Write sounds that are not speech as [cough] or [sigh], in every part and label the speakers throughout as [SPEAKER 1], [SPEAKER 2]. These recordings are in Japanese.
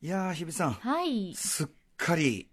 [SPEAKER 1] いやー、日比さん、
[SPEAKER 2] はい。
[SPEAKER 1] すっかり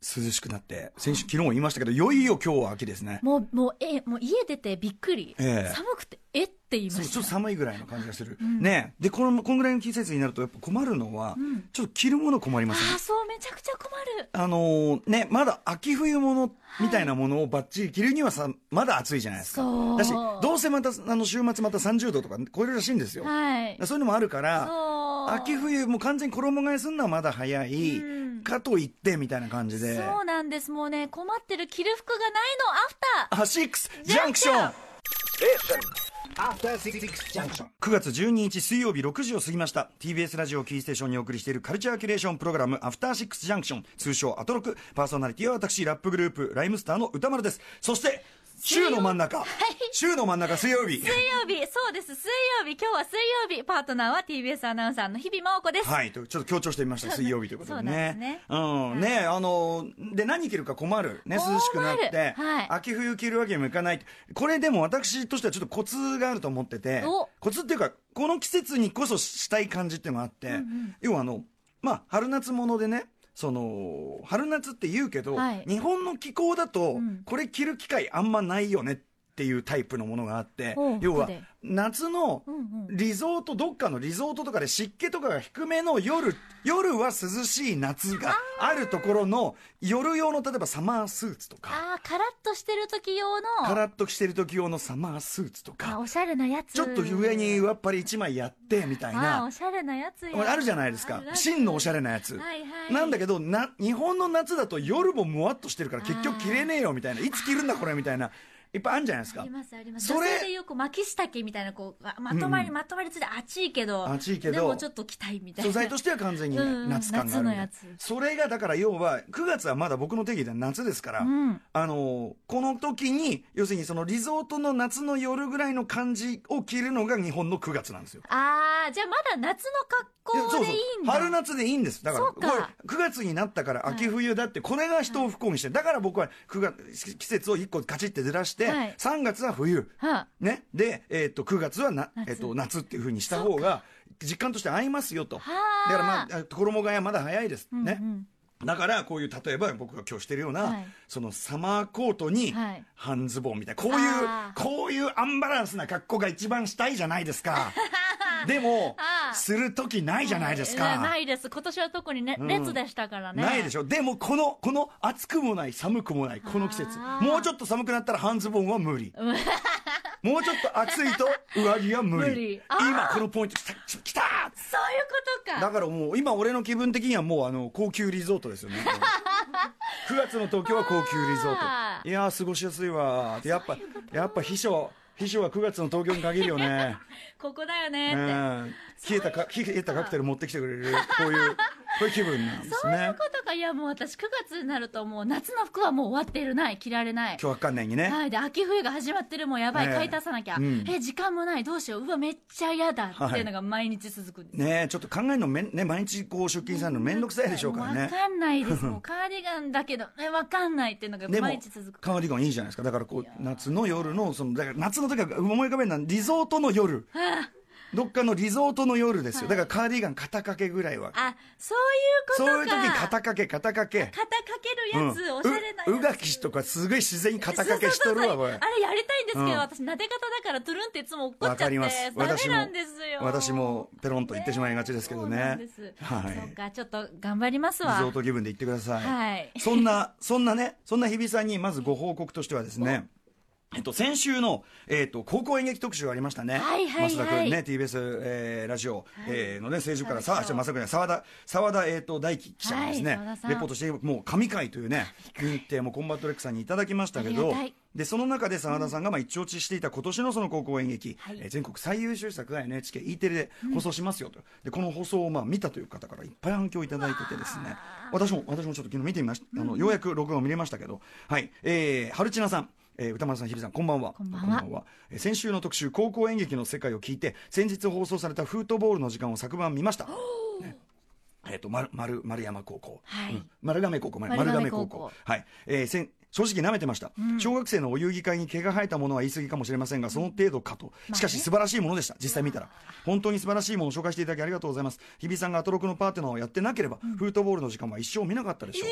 [SPEAKER 1] 涼しくなって、先週、昨日も言いましたけど、いよいよ今日は秋ですね。
[SPEAKER 2] もう、もう、え、もう家出てびっくり。
[SPEAKER 1] ええ
[SPEAKER 2] 寒くて、えって言いま
[SPEAKER 1] そう
[SPEAKER 2] し
[SPEAKER 1] ちょ
[SPEAKER 2] た。
[SPEAKER 1] っと寒いぐらいの感じがする、
[SPEAKER 2] うん
[SPEAKER 1] ねえでこのこんぐらいの季節になるとやっぱ困るのは、
[SPEAKER 2] うん
[SPEAKER 1] ちょっと着るもの困りますね
[SPEAKER 2] ああ、そう、めちゃくちゃ困る。
[SPEAKER 1] あのーねまだ秋冬物みたいなものをばっちり着るにはさまだ暑いじゃないですか
[SPEAKER 2] そう
[SPEAKER 1] だしどうせまたあの週末また30度とか超えるらしいんですよ、
[SPEAKER 2] はい。
[SPEAKER 1] そういうのもあるから
[SPEAKER 2] そう。
[SPEAKER 1] 秋冬もう完全に衣替えするのはまだ早い、
[SPEAKER 2] うん
[SPEAKER 1] かといってみたいな感じで
[SPEAKER 2] そうなんです。もうね、困ってる着る服がないの、アフター
[SPEAKER 1] アシックスジャンクション
[SPEAKER 3] After Six Junction.
[SPEAKER 1] 9月12日水曜日6時を過ぎました TBS ラジオキーステーションにお送りしているカルチャーキュレーションプログラム「アフターシックスジャンクション」通称「アトロク」パーソナリティは私ラップグループライムスターの歌丸ですそして週の真ん中、週の真ん中水曜日
[SPEAKER 2] 水曜日、そうです、水曜日、今日は水曜日、パートナーは TBS アナウンサーの日々真央子です。
[SPEAKER 1] はいとちょっと強調してみました水曜日ということで
[SPEAKER 2] そうなんで
[SPEAKER 1] ね
[SPEAKER 2] すね
[SPEAKER 1] うんねあので何着るか困るね
[SPEAKER 2] 困る
[SPEAKER 1] 涼しくなって、
[SPEAKER 2] はい
[SPEAKER 1] 秋冬着るわけにもいかないこれでも私としてはちょっとコツがあると思ってて
[SPEAKER 2] お
[SPEAKER 1] コツっていうかこの季節にこそしたい感じっていうのがあって、要はあのまあ春夏物でねその春夏って言うけど、
[SPEAKER 2] はい
[SPEAKER 1] 日本の気候だと、
[SPEAKER 2] ん
[SPEAKER 1] これ着る機会あんまないよねっていうタイプのものがあって
[SPEAKER 2] おう
[SPEAKER 1] 要は
[SPEAKER 2] 服で
[SPEAKER 1] 夏の
[SPEAKER 2] うんうん
[SPEAKER 1] リゾートどっかのリゾートとかで湿気とかが低めの夜夜は涼しい夏があるところの夜用の例えばサマースーツとか
[SPEAKER 2] ああ、カラッとしてる時用の、
[SPEAKER 1] カラッと着てる時用のサマースーツと
[SPEAKER 2] あ
[SPEAKER 1] か
[SPEAKER 2] おしゃれなやつ。
[SPEAKER 1] ちょっと上に上っ張り1枚やってみたい
[SPEAKER 2] ああ、お
[SPEAKER 1] な
[SPEAKER 2] しゃれなやつや
[SPEAKER 1] あるじゃないです
[SPEAKER 2] あ
[SPEAKER 1] か
[SPEAKER 2] るある
[SPEAKER 1] 真のおしゃれなやつ。
[SPEAKER 2] はいはい。
[SPEAKER 1] なんだ
[SPEAKER 2] け
[SPEAKER 1] けどな日本の夏だと夜もむわっとしてるから結局着れねえよみたいないつ着るんだこれみたいないっぱいあるんじゃないです
[SPEAKER 2] あ
[SPEAKER 1] か
[SPEAKER 2] りますあります。
[SPEAKER 1] そ
[SPEAKER 2] 女
[SPEAKER 1] れ
[SPEAKER 2] 性でよく巻き下着みたいな、こう、あまとまり、まとまりついて暑いけど、
[SPEAKER 1] 暑いけど
[SPEAKER 2] でもちょっと着たいみたいな。
[SPEAKER 1] 素材としては完全にね
[SPEAKER 2] うんうん
[SPEAKER 1] 夏感があるみたいな
[SPEAKER 2] 夏のや
[SPEAKER 1] それがだから要は9月はまだ僕の定義では夏ですから、
[SPEAKER 2] うん
[SPEAKER 1] あのーこの時に要するにそのリゾートの夏の夜ぐらいの感じを着るのが日本の9月なんですよ。
[SPEAKER 2] ああ、じゃあまだ夏の格好でいいんだ。
[SPEAKER 1] 春夏でいいんですだから
[SPEAKER 2] そうか
[SPEAKER 1] これ9月になったから秋冬だってこれが人を不幸にしてるだから僕は9月季節を1個カチッてずらして、
[SPEAKER 2] はい
[SPEAKER 1] 3月は冬、
[SPEAKER 2] は
[SPEAKER 1] ね、で、えっと9月はな
[SPEAKER 2] 夏
[SPEAKER 1] えっと夏っていうふうにした方が実感として合いますよとだか
[SPEAKER 2] はあ
[SPEAKER 1] らまあ衣替えはまだ早いです、
[SPEAKER 2] あ、
[SPEAKER 1] ね
[SPEAKER 2] うんうん
[SPEAKER 1] だからこういう例えば僕が今日してるような、
[SPEAKER 2] はい
[SPEAKER 1] そのサマーコートに
[SPEAKER 2] はい
[SPEAKER 1] 半ズボンみたいなこういう
[SPEAKER 2] あー
[SPEAKER 1] こういうアンバランスな格好が一番したいじゃないです
[SPEAKER 2] [laughs]
[SPEAKER 1] かでも
[SPEAKER 2] あー
[SPEAKER 1] する時ないじゃないですか、
[SPEAKER 2] えーないです。今年は特にね、
[SPEAKER 1] ん
[SPEAKER 2] 列でしたからね。
[SPEAKER 1] ないでし
[SPEAKER 2] ょ。
[SPEAKER 1] ょでもこのこの暑くもない寒くもないこの季節
[SPEAKER 2] あー
[SPEAKER 1] もうちょっと寒くなったら半ズボンは無
[SPEAKER 2] [laughs]
[SPEAKER 1] 理もうちょっと暑いと上着は無理
[SPEAKER 2] 無理あー
[SPEAKER 1] 今このポイントきたきた
[SPEAKER 2] そう [laughs] いうこと
[SPEAKER 1] だ
[SPEAKER 2] か。
[SPEAKER 1] からもう今俺の気分的にはもうあの高級リゾートです
[SPEAKER 2] [laughs]
[SPEAKER 1] よね9月の東京は高級リゾー
[SPEAKER 2] あ
[SPEAKER 1] トいやー過ごしやすいわーやっぱやっぱ秘書秘書は9月の東京に限るよね
[SPEAKER 2] ここだよ
[SPEAKER 1] う
[SPEAKER 2] [laughs] ねって。
[SPEAKER 1] ん冷えたか冷えたカクテル持ってきてくれるこういうこういう気分なんです
[SPEAKER 2] そういう
[SPEAKER 1] ね
[SPEAKER 2] ことか。いや、もう私9月になるともう夏の服はもう終わっているない。着られない。
[SPEAKER 1] 今日かんないにね、
[SPEAKER 2] はい。で、秋冬が始まってるもうやばい。
[SPEAKER 1] ええ
[SPEAKER 2] 買い足さなきゃ。
[SPEAKER 1] うん
[SPEAKER 2] え、時間もない。どうしよう。うわ、めっちゃ嫌だ。
[SPEAKER 1] はい
[SPEAKER 2] っていうのが毎日続くんです。
[SPEAKER 1] ねえちょっと考えるのめん、ね、毎日こう出勤されるのめんどくさいでしょうから
[SPEAKER 2] もわ
[SPEAKER 1] ね
[SPEAKER 2] かんない
[SPEAKER 1] [laughs]
[SPEAKER 2] です。もうカーディガンだけど、え、わかんないっていうのが
[SPEAKER 1] でも
[SPEAKER 2] 毎日続く。
[SPEAKER 1] カーディガンいいじゃないですかだからこう夏の夜のそのだから夏の時は思い浮かべるのはリゾートの夜どっかのリゾートの夜ですよ、だからカーディガン肩掛けぐらいは
[SPEAKER 2] あ、そう
[SPEAKER 1] そ
[SPEAKER 2] いう
[SPEAKER 1] うい
[SPEAKER 2] ことか。
[SPEAKER 1] う時に肩掛け肩掛け
[SPEAKER 2] 肩掛けるやつ、おしゃれなやつ。
[SPEAKER 1] うんううがきしとかすごい自然に肩掛けしとる
[SPEAKER 2] そ
[SPEAKER 1] わ
[SPEAKER 2] うそう
[SPEAKER 1] こ
[SPEAKER 2] そう
[SPEAKER 1] れ
[SPEAKER 2] あれやりたいんですけど、
[SPEAKER 1] うん
[SPEAKER 2] 私、なで方だから、トゥルンっていつも怒っちゃ
[SPEAKER 1] わ
[SPEAKER 2] って。
[SPEAKER 1] かります
[SPEAKER 2] ダ
[SPEAKER 1] 私
[SPEAKER 2] メ
[SPEAKER 1] も
[SPEAKER 2] なんですよ。
[SPEAKER 1] 私もペロンと言ってしまいがちですけど
[SPEAKER 2] そうな
[SPEAKER 1] ね
[SPEAKER 2] んです
[SPEAKER 1] は
[SPEAKER 2] そう
[SPEAKER 1] い
[SPEAKER 2] か、ちょっと頑張ります
[SPEAKER 1] リ
[SPEAKER 2] わ。
[SPEAKER 1] ゾート気分で行ってくださ
[SPEAKER 2] はい。
[SPEAKER 1] そんな、そんなね、そんな日比さんにまずご報告としてはですね、えっと、先週の、えっと、高校演劇特集がありましたね。
[SPEAKER 2] はいはいはい
[SPEAKER 1] 増田君ね、TBS、えーラジオ、えーのね、成熟から、さあ、じゃあ、増田君ね、沢田、沢田、えっと、大樹記者がですね、
[SPEAKER 2] はい沢田さん
[SPEAKER 1] レポートして、もう、神回というね、日程もコンバットレックさんにいただきましたけ
[SPEAKER 2] あり
[SPEAKER 1] ど
[SPEAKER 2] がたい、
[SPEAKER 1] で、その中で沢田さんが、まあ、一押ししていた今年のその高校演劇、
[SPEAKER 2] はい
[SPEAKER 1] えー全国最優秀作が NHK、E テレで放送しますよと。で、この放送を、まあ、見たという方からいっぱい反響いただいててですね、私も、私もちょっと昨日見てみました、あのようやく録画を見れましたけど、はい、えー、春千奈さん、えー歌丸さん、日比さん、こんばんは。
[SPEAKER 2] こんばんは
[SPEAKER 1] えー先週の特集、高校演劇の世界を聞いて、先日放送されたフートボールの時間を昨晩見ました。ねえっと、丸、丸、丸山高校。
[SPEAKER 2] はい
[SPEAKER 1] うん丸亀高校、丸
[SPEAKER 2] 丸
[SPEAKER 1] 丸亀
[SPEAKER 2] 亀
[SPEAKER 1] 高
[SPEAKER 2] 高校
[SPEAKER 1] 校。はい。えー、せん正直舐めてました、小学生のお遊戯会に毛が生えたものは言い過ぎかもしれませんがその程度かとしかし素晴らしいものでした実際見たら本当に素晴らしいものを紹介していただきありがとうございます日比さんがアトロクのパーティーをやってなければ、フートボールの時間は一生見なかったでしょう、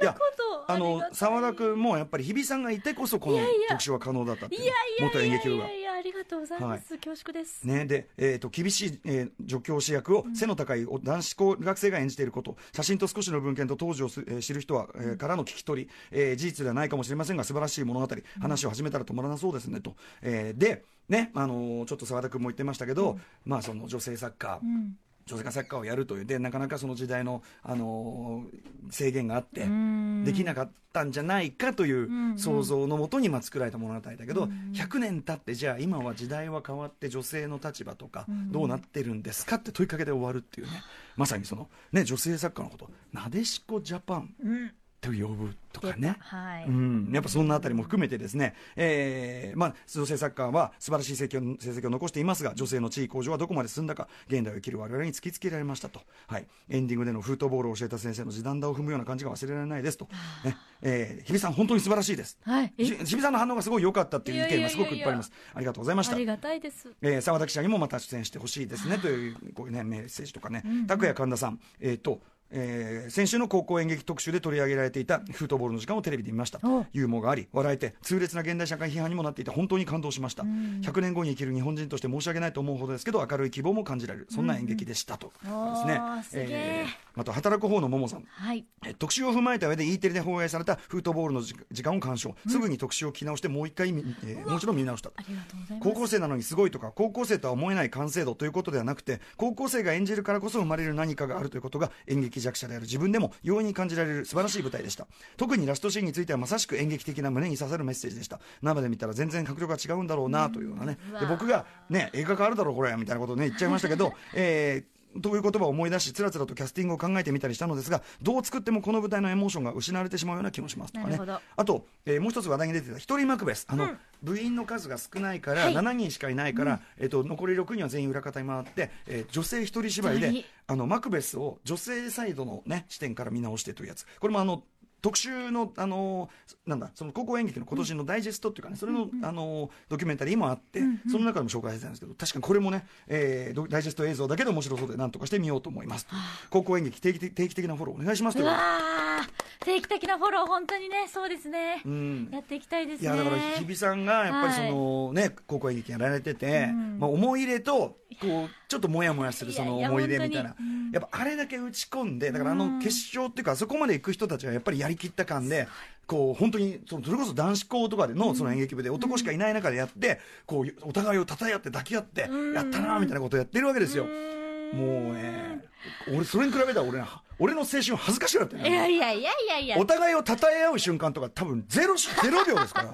[SPEAKER 2] そんなこと
[SPEAKER 1] あ
[SPEAKER 2] り
[SPEAKER 1] の
[SPEAKER 2] がたい
[SPEAKER 1] 澤田君もやっぱり日比さんがいてこそこの
[SPEAKER 2] いやいや
[SPEAKER 1] 特集は可能だったって
[SPEAKER 2] い
[SPEAKER 1] いう
[SPEAKER 2] やいや
[SPEAKER 1] 元
[SPEAKER 2] い
[SPEAKER 1] 演
[SPEAKER 2] や
[SPEAKER 1] 劇
[SPEAKER 2] い
[SPEAKER 1] 部
[SPEAKER 2] や
[SPEAKER 1] が
[SPEAKER 2] いやありがとうございます、恐縮です、
[SPEAKER 1] ね、で、えー、と厳しい、えー助教師役を背の高いお男子高学生が演じていること、写真と少しの文献と当時をす、えー知る人は、えーからの聞き取り、えー事実ではないかもしれませんが素晴らしい物語話を始めたら止まらなそうですねと、えーで、ねあのーちょっと澤田君も言ってましたけど、まあ、その女性作家、
[SPEAKER 2] うん
[SPEAKER 1] 女性作家をやるというでなかなかその時代の、あのー制限があって。
[SPEAKER 2] うん
[SPEAKER 1] できなかったんじゃないかとい
[SPEAKER 2] うん
[SPEAKER 1] う想像のもとにまあ作られた物語だけど、100年経ってじゃあ今は時代は変わって女性の立場とかどうなってるんですかって問いかけで終わるっていうねまさにその、ね、女性作家のことなでしこジャパン
[SPEAKER 2] うん
[SPEAKER 1] と呼ぶとかね。
[SPEAKER 2] はい、
[SPEAKER 1] うん、やっぱそんなあたりも含めてですね、えーまあ、女性サッカーは素晴らしい成績を成績を残していますが女性の地位向上はどこまで進んだか現代を生きる我々に突きつけられましたと、はい、エンディングでのフートボールを教えた先生の時短打を踏むような感じが忘れられないですと、ねえー日比さん本当に素晴らしいです
[SPEAKER 2] はい
[SPEAKER 1] ひ日比さんの反応がすごい良かったっていう意見がすごく
[SPEAKER 2] いやいやいやいや
[SPEAKER 1] いっぱいありますありがとうございました
[SPEAKER 2] ありがたいです
[SPEAKER 1] えー、沢田記者にもまた出演してほしいですねというこういう、ね、メッセージとかね、拓也神田さん、えーとえー先週の高校演劇特集で取り上げられていたフットボールの時間をテレビで見ました
[SPEAKER 2] お
[SPEAKER 1] ユーモアがあり笑えて痛烈な現代社会批判にもなっていて本当に感動しました、100年後に生きる日本人として申し訳ないと思うほどですけど明るい希望も感じられるそんな演劇でしたと、
[SPEAKER 2] うん
[SPEAKER 1] ですね
[SPEAKER 2] おーすげー
[SPEAKER 1] また働く方のももさん
[SPEAKER 2] はい
[SPEAKER 1] えー特集を踏まえた上で E テレで放映されたフートボールの時時間を鑑賞、すぐに特集を聞き直してもう一回見、えーもう一度見直した
[SPEAKER 2] ありがとうございます
[SPEAKER 1] 高校生なのにすごいとか高校生とは思えない完成度ということではなくて高校生が演じるからこそ生まれる何かがあるということが演劇弱者である自分でも容易に感じられる素晴らしい舞台でした特にラストシーンについてはまさしく演劇的な胸に刺さるメッセージでした生で見たら全然迫力が違うんだろうなというようなねで僕がね映画化あるだろうこれみたいなことをね言っちゃいましたけど、えーという言葉を思い出し、つらつらとキャスティングを考えてみたりしたのですが、どう作ってもこの舞台のエモーションが失われてしまうような気もしますとか
[SPEAKER 2] なる
[SPEAKER 1] ね
[SPEAKER 2] ほど。
[SPEAKER 1] あと、えーもう一つ話題に出てた、一人マクベス。あの、部員の数が少ないから、
[SPEAKER 2] はい
[SPEAKER 1] 7人しかいないから、えっと、残り6人は全員裏方に回って、えー女性一人芝居
[SPEAKER 2] は
[SPEAKER 1] で
[SPEAKER 2] い、
[SPEAKER 1] あの、マクベスを女性サイドのね、視点から見直してというやつ。これもあの、特集の、あのーなんだ、その高校演劇の今年のダイジェストっていうかね、それの、あのードキュメンタリーもあって、その中でも紹介されてたんですけど、確かにこれもね、えードダイジェスト映像だけで面白そうで、なんとかして見ようと思います。高校演劇定期的定期的なフォローお願いしますといううことで
[SPEAKER 2] わー定期的なフォロー本当にねそうですね、
[SPEAKER 1] うん
[SPEAKER 2] やっていきたいです
[SPEAKER 1] い
[SPEAKER 2] ね
[SPEAKER 1] やだから日比さんがやっぱりそのね、高校演劇やられてて、まあ、思い入れとこうちょっともやもやするその
[SPEAKER 2] いやいや
[SPEAKER 1] 思い入れみたいな
[SPEAKER 2] 本当にうん
[SPEAKER 1] やっぱあれだけ打ち込んでだからあの決勝っていうかあそこまで行く人たちはやっぱりやりきった感で。こう本当にそのそれこそ男子校とかでのその演劇部で男しかいない中でやってこうお互いをたたえ合って抱き合ってやったなーみたいなことをやってるわけですよもうね俺それに比べたら俺な俺の青春恥ずかしくなってる
[SPEAKER 2] いやいやいやいやいや
[SPEAKER 1] お互いを称え合う瞬間とか多分ゼロしゼロ秒です
[SPEAKER 2] [laughs]
[SPEAKER 1] から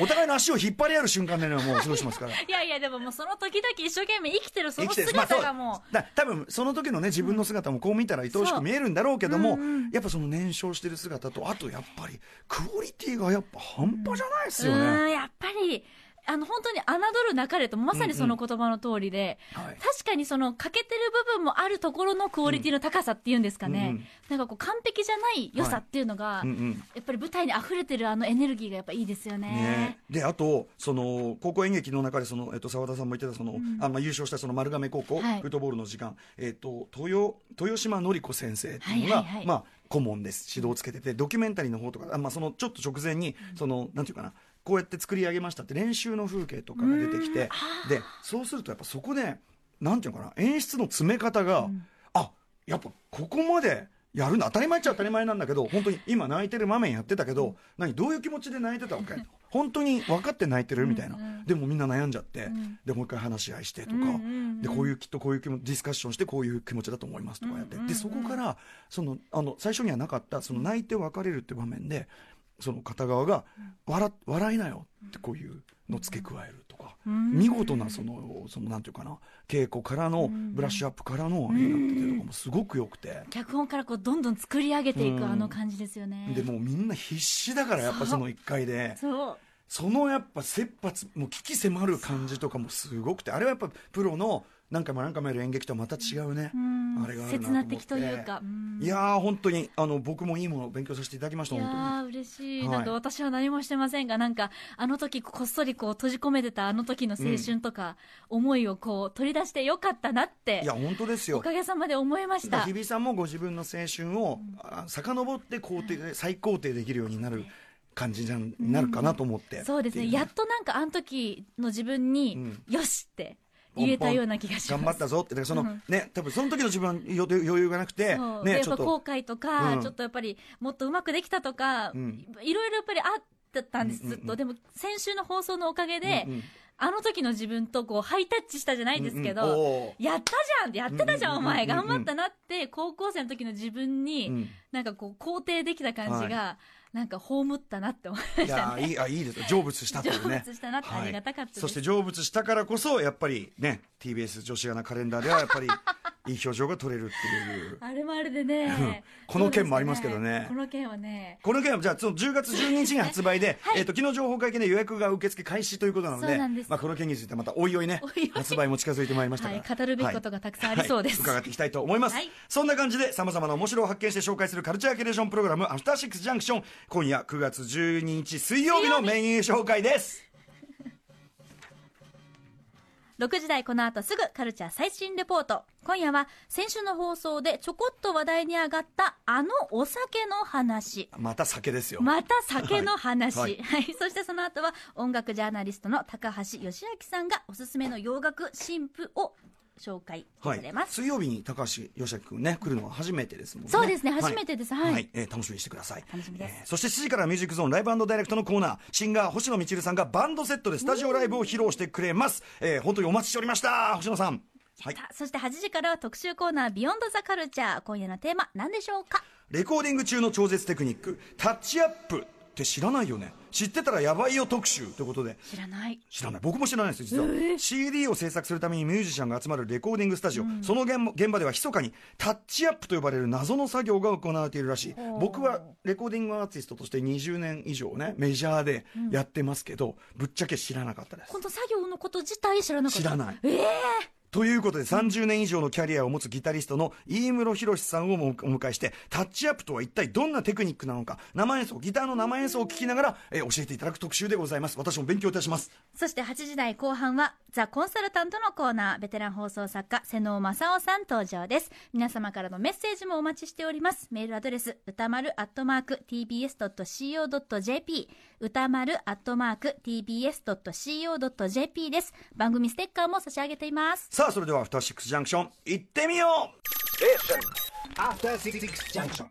[SPEAKER 1] お互いの足を引っ張り合う瞬間でねもう過ごしますから。
[SPEAKER 2] いやいやでももうその時々一生懸命生きてるそ
[SPEAKER 1] 生
[SPEAKER 2] の
[SPEAKER 1] きてるまあ
[SPEAKER 2] 姿がもう,、
[SPEAKER 1] そうだ多分その時のね自分の姿もこう見たら愛おしく見えるんだろうけども、やっぱその燃焼してる姿とあとやっぱりクオリティがやっぱ半端じゃないですよね、
[SPEAKER 2] うーんやっぱりあの本当に侮るなかれとまさにその言葉の通りで、
[SPEAKER 1] はい
[SPEAKER 2] 確かにその欠けてる部分もあるところのクオリティの高さっていうんですかね、
[SPEAKER 1] うんうん
[SPEAKER 2] なんかこう完璧じゃない良さっていうのが、
[SPEAKER 1] いうんうん
[SPEAKER 2] やっぱり舞台に溢れてるあのエネルギーがやっぱいいですよね
[SPEAKER 1] ね、であとその高校演劇の中でその、えっと、澤田さんも言ってたその、あまあ、優勝したその丸亀高校、
[SPEAKER 2] はい
[SPEAKER 1] フットボールの時間、えっと、豊豊島典子先生っていうのが、
[SPEAKER 2] はいはいはい
[SPEAKER 1] まあ、顧問です指導をつけててドキュメンタリーの方とかあ、まあ、そのちょっと直前にそのなんていうかなこうやって作り上げましたって練習の風景とかが出てきてでそうするとやっぱそこでなんていうのかな演出の詰め方が、あやっぱここまでやるの当たり前っちゃ当たり前なんだけど本当に今泣いてる場面やってたけど何どういう気持ちで泣いてたわけ本当に分かって泣いてるみたいな、でもみんな悩んじゃって、でもう一回話し合いしてとか、
[SPEAKER 2] うんうんうん
[SPEAKER 1] でこういうきっとこういう気持ちディスカッションしてこういう気持ちだと思いますとかやって、でそこからそのあの最初にはなかったその泣いて別れるっていう場面でその片側が笑「笑いなよ」ってこういうの付け加えるとか、見事なそのそのなんていうかな稽古からのブラッシュアップからの絵になっててとかもすごく良くて。
[SPEAKER 2] 脚本からこうどんどん作り上げていく
[SPEAKER 1] うん
[SPEAKER 2] あの感じですよね、
[SPEAKER 1] でもうみんな必死だからやっぱその1回で
[SPEAKER 2] そう
[SPEAKER 1] そのやっぱ切羽つもう危機迫る感じとかもすごくてあれはやっぱプロの何回も何回もやる演劇とはまた違うね、
[SPEAKER 2] ん
[SPEAKER 1] あれがあるなと思って
[SPEAKER 2] 切な的というかうん
[SPEAKER 1] いやー本当にあの僕もいいものを勉強させていただきました
[SPEAKER 2] い
[SPEAKER 1] 本当に
[SPEAKER 2] やー嬉しい、
[SPEAKER 1] はい
[SPEAKER 2] なんか私は何もしてませんがなんかあの時こっそりこう閉じ込めてたあの時の青春とか、思いをこう取り出してよかったなって
[SPEAKER 1] いや本当ですよ
[SPEAKER 2] おかげさまで思いました
[SPEAKER 1] 日比さんもご自分の青春をあ遡って肯定、再肯定できるようになる感じになるかなと思って、
[SPEAKER 2] そうですねやっとなんかあの時の自分に、よしって言えたような気がします
[SPEAKER 1] 頑張ったぞってだからその、
[SPEAKER 2] うん
[SPEAKER 1] ね多分その時の自分は余余裕がなくて
[SPEAKER 2] そうで
[SPEAKER 1] ね
[SPEAKER 2] やっ
[SPEAKER 1] ちょ
[SPEAKER 2] ぱ
[SPEAKER 1] っ
[SPEAKER 2] 後
[SPEAKER 1] と
[SPEAKER 2] 悔とか、
[SPEAKER 1] うん
[SPEAKER 2] ちょっとやっぱりもっとうまくできたとか、
[SPEAKER 1] うん
[SPEAKER 2] いろいろやっぱりあったんです、
[SPEAKER 1] うんうんうん
[SPEAKER 2] ずっとでも先週の放送のおかげで、
[SPEAKER 1] うんうん
[SPEAKER 2] あの時の自分とこうハイタッチしたじゃないですけど、
[SPEAKER 1] うんうん
[SPEAKER 2] [laughs]
[SPEAKER 1] おー
[SPEAKER 2] やったじゃんってやってたじゃん、
[SPEAKER 1] うん
[SPEAKER 2] お
[SPEAKER 1] うんうんうん
[SPEAKER 2] 前頑張ったなって高校生の時の自分に、
[SPEAKER 1] うん
[SPEAKER 2] なんかこう肯定できた感じが、なんか葬ったなって思いま
[SPEAKER 1] い
[SPEAKER 2] した
[SPEAKER 1] や
[SPEAKER 2] ね
[SPEAKER 1] いいあいいです成仏したっていうね
[SPEAKER 2] 成仏したなってありがたかったです
[SPEAKER 1] そして成仏したからこそやっぱりね TBS 女子アナカレンダーではやっぱ
[SPEAKER 2] [laughs]
[SPEAKER 1] りいい表情が取れるっていう
[SPEAKER 2] あれもあれでね
[SPEAKER 1] うん [laughs] この件もありますけどね
[SPEAKER 2] そうですこの件はね
[SPEAKER 1] この件はじゃあその10月12日に発売
[SPEAKER 2] [laughs]
[SPEAKER 1] で、えっと昨日情報会見で予約が受付開始ということなの
[SPEAKER 2] そう
[SPEAKER 1] で
[SPEAKER 2] なんです
[SPEAKER 1] まあ、この件についてまたおいおいね
[SPEAKER 2] おいおい
[SPEAKER 1] 発売も近づいてまいりましたから、
[SPEAKER 2] はい語るべきことがたくさんありそうです
[SPEAKER 1] はい伺っていきたいと思います、
[SPEAKER 2] はい
[SPEAKER 1] そんな感じでさまざまな面白を発見して紹介するカルチャーキュレーションプログラム「アフターシックスジャンクション」今夜9月12日水曜日のメニュー紹介です
[SPEAKER 2] 6時台この後すぐカルチャー最新レポート今夜は先週の放送でちょこっと話題に上がったあのお酒の話
[SPEAKER 1] また酒ですよ、
[SPEAKER 2] また酒の話、は
[SPEAKER 1] はいい
[SPEAKER 2] そしてその後は音楽ジャーナリストの高橋義明さんがおすすめの洋楽新譜を紹介してくれます、
[SPEAKER 1] 水曜日に高橋義明君ね来るのは初めてですもんね
[SPEAKER 2] そうですね
[SPEAKER 1] はい
[SPEAKER 2] 初めてです
[SPEAKER 1] は、
[SPEAKER 2] はいい
[SPEAKER 1] えー楽しみにしてください
[SPEAKER 2] 楽しみです
[SPEAKER 1] えーそして7時からミュージックゾーンライブダイレクトのコーナーシンガー星野みちるさんがバンドセットでスタジオライブを披露してくれます、えー本当にお待ちしておりました星野さんはい
[SPEAKER 2] さあそして8時からは特集コーナー「ビヨンドザカルチャー今夜のテーマ何でしょうか
[SPEAKER 1] レコーディング中の超絶テクニックタッチアップって知らないよね知ってたらやばいよ特集ということで
[SPEAKER 2] 知らない
[SPEAKER 1] 知らない僕も知らないんですよ実は、CD を制作するためにミュージシャンが集まるレコーディングスタジオ、その現場現場では密かにタッチアップと呼ばれる謎の作業が行われているらしい僕はレコーディングアーティストとして20年以上ねメジャーでやってますけど、ぶっちゃけ知らなかったです
[SPEAKER 2] この作業のこと自体知らなかった
[SPEAKER 1] 知らない
[SPEAKER 2] ええ
[SPEAKER 1] ということで30年以上のキャリアを持つギタリストの飯室宏さんをお迎えしてタッチアップとは一体どんなテクニックなのか生演奏ギターの生演奏を聞きながら、えー教えていただく特集でございます私も勉強いたします
[SPEAKER 2] そして8時台後半はザ・コンサルタントのコーナーベテラン放送作家瀬能正夫さん登場です皆様からのメッセージもお待ちしておりますメールアドレス歌丸アットマーク tbs.co.jp 歌丸アットマーク tbs.co.jp です番組ステッカーも差し上げています
[SPEAKER 1] さあそれでは「アフターシックスジャンクション」行ってみよう
[SPEAKER 3] After Six Junction.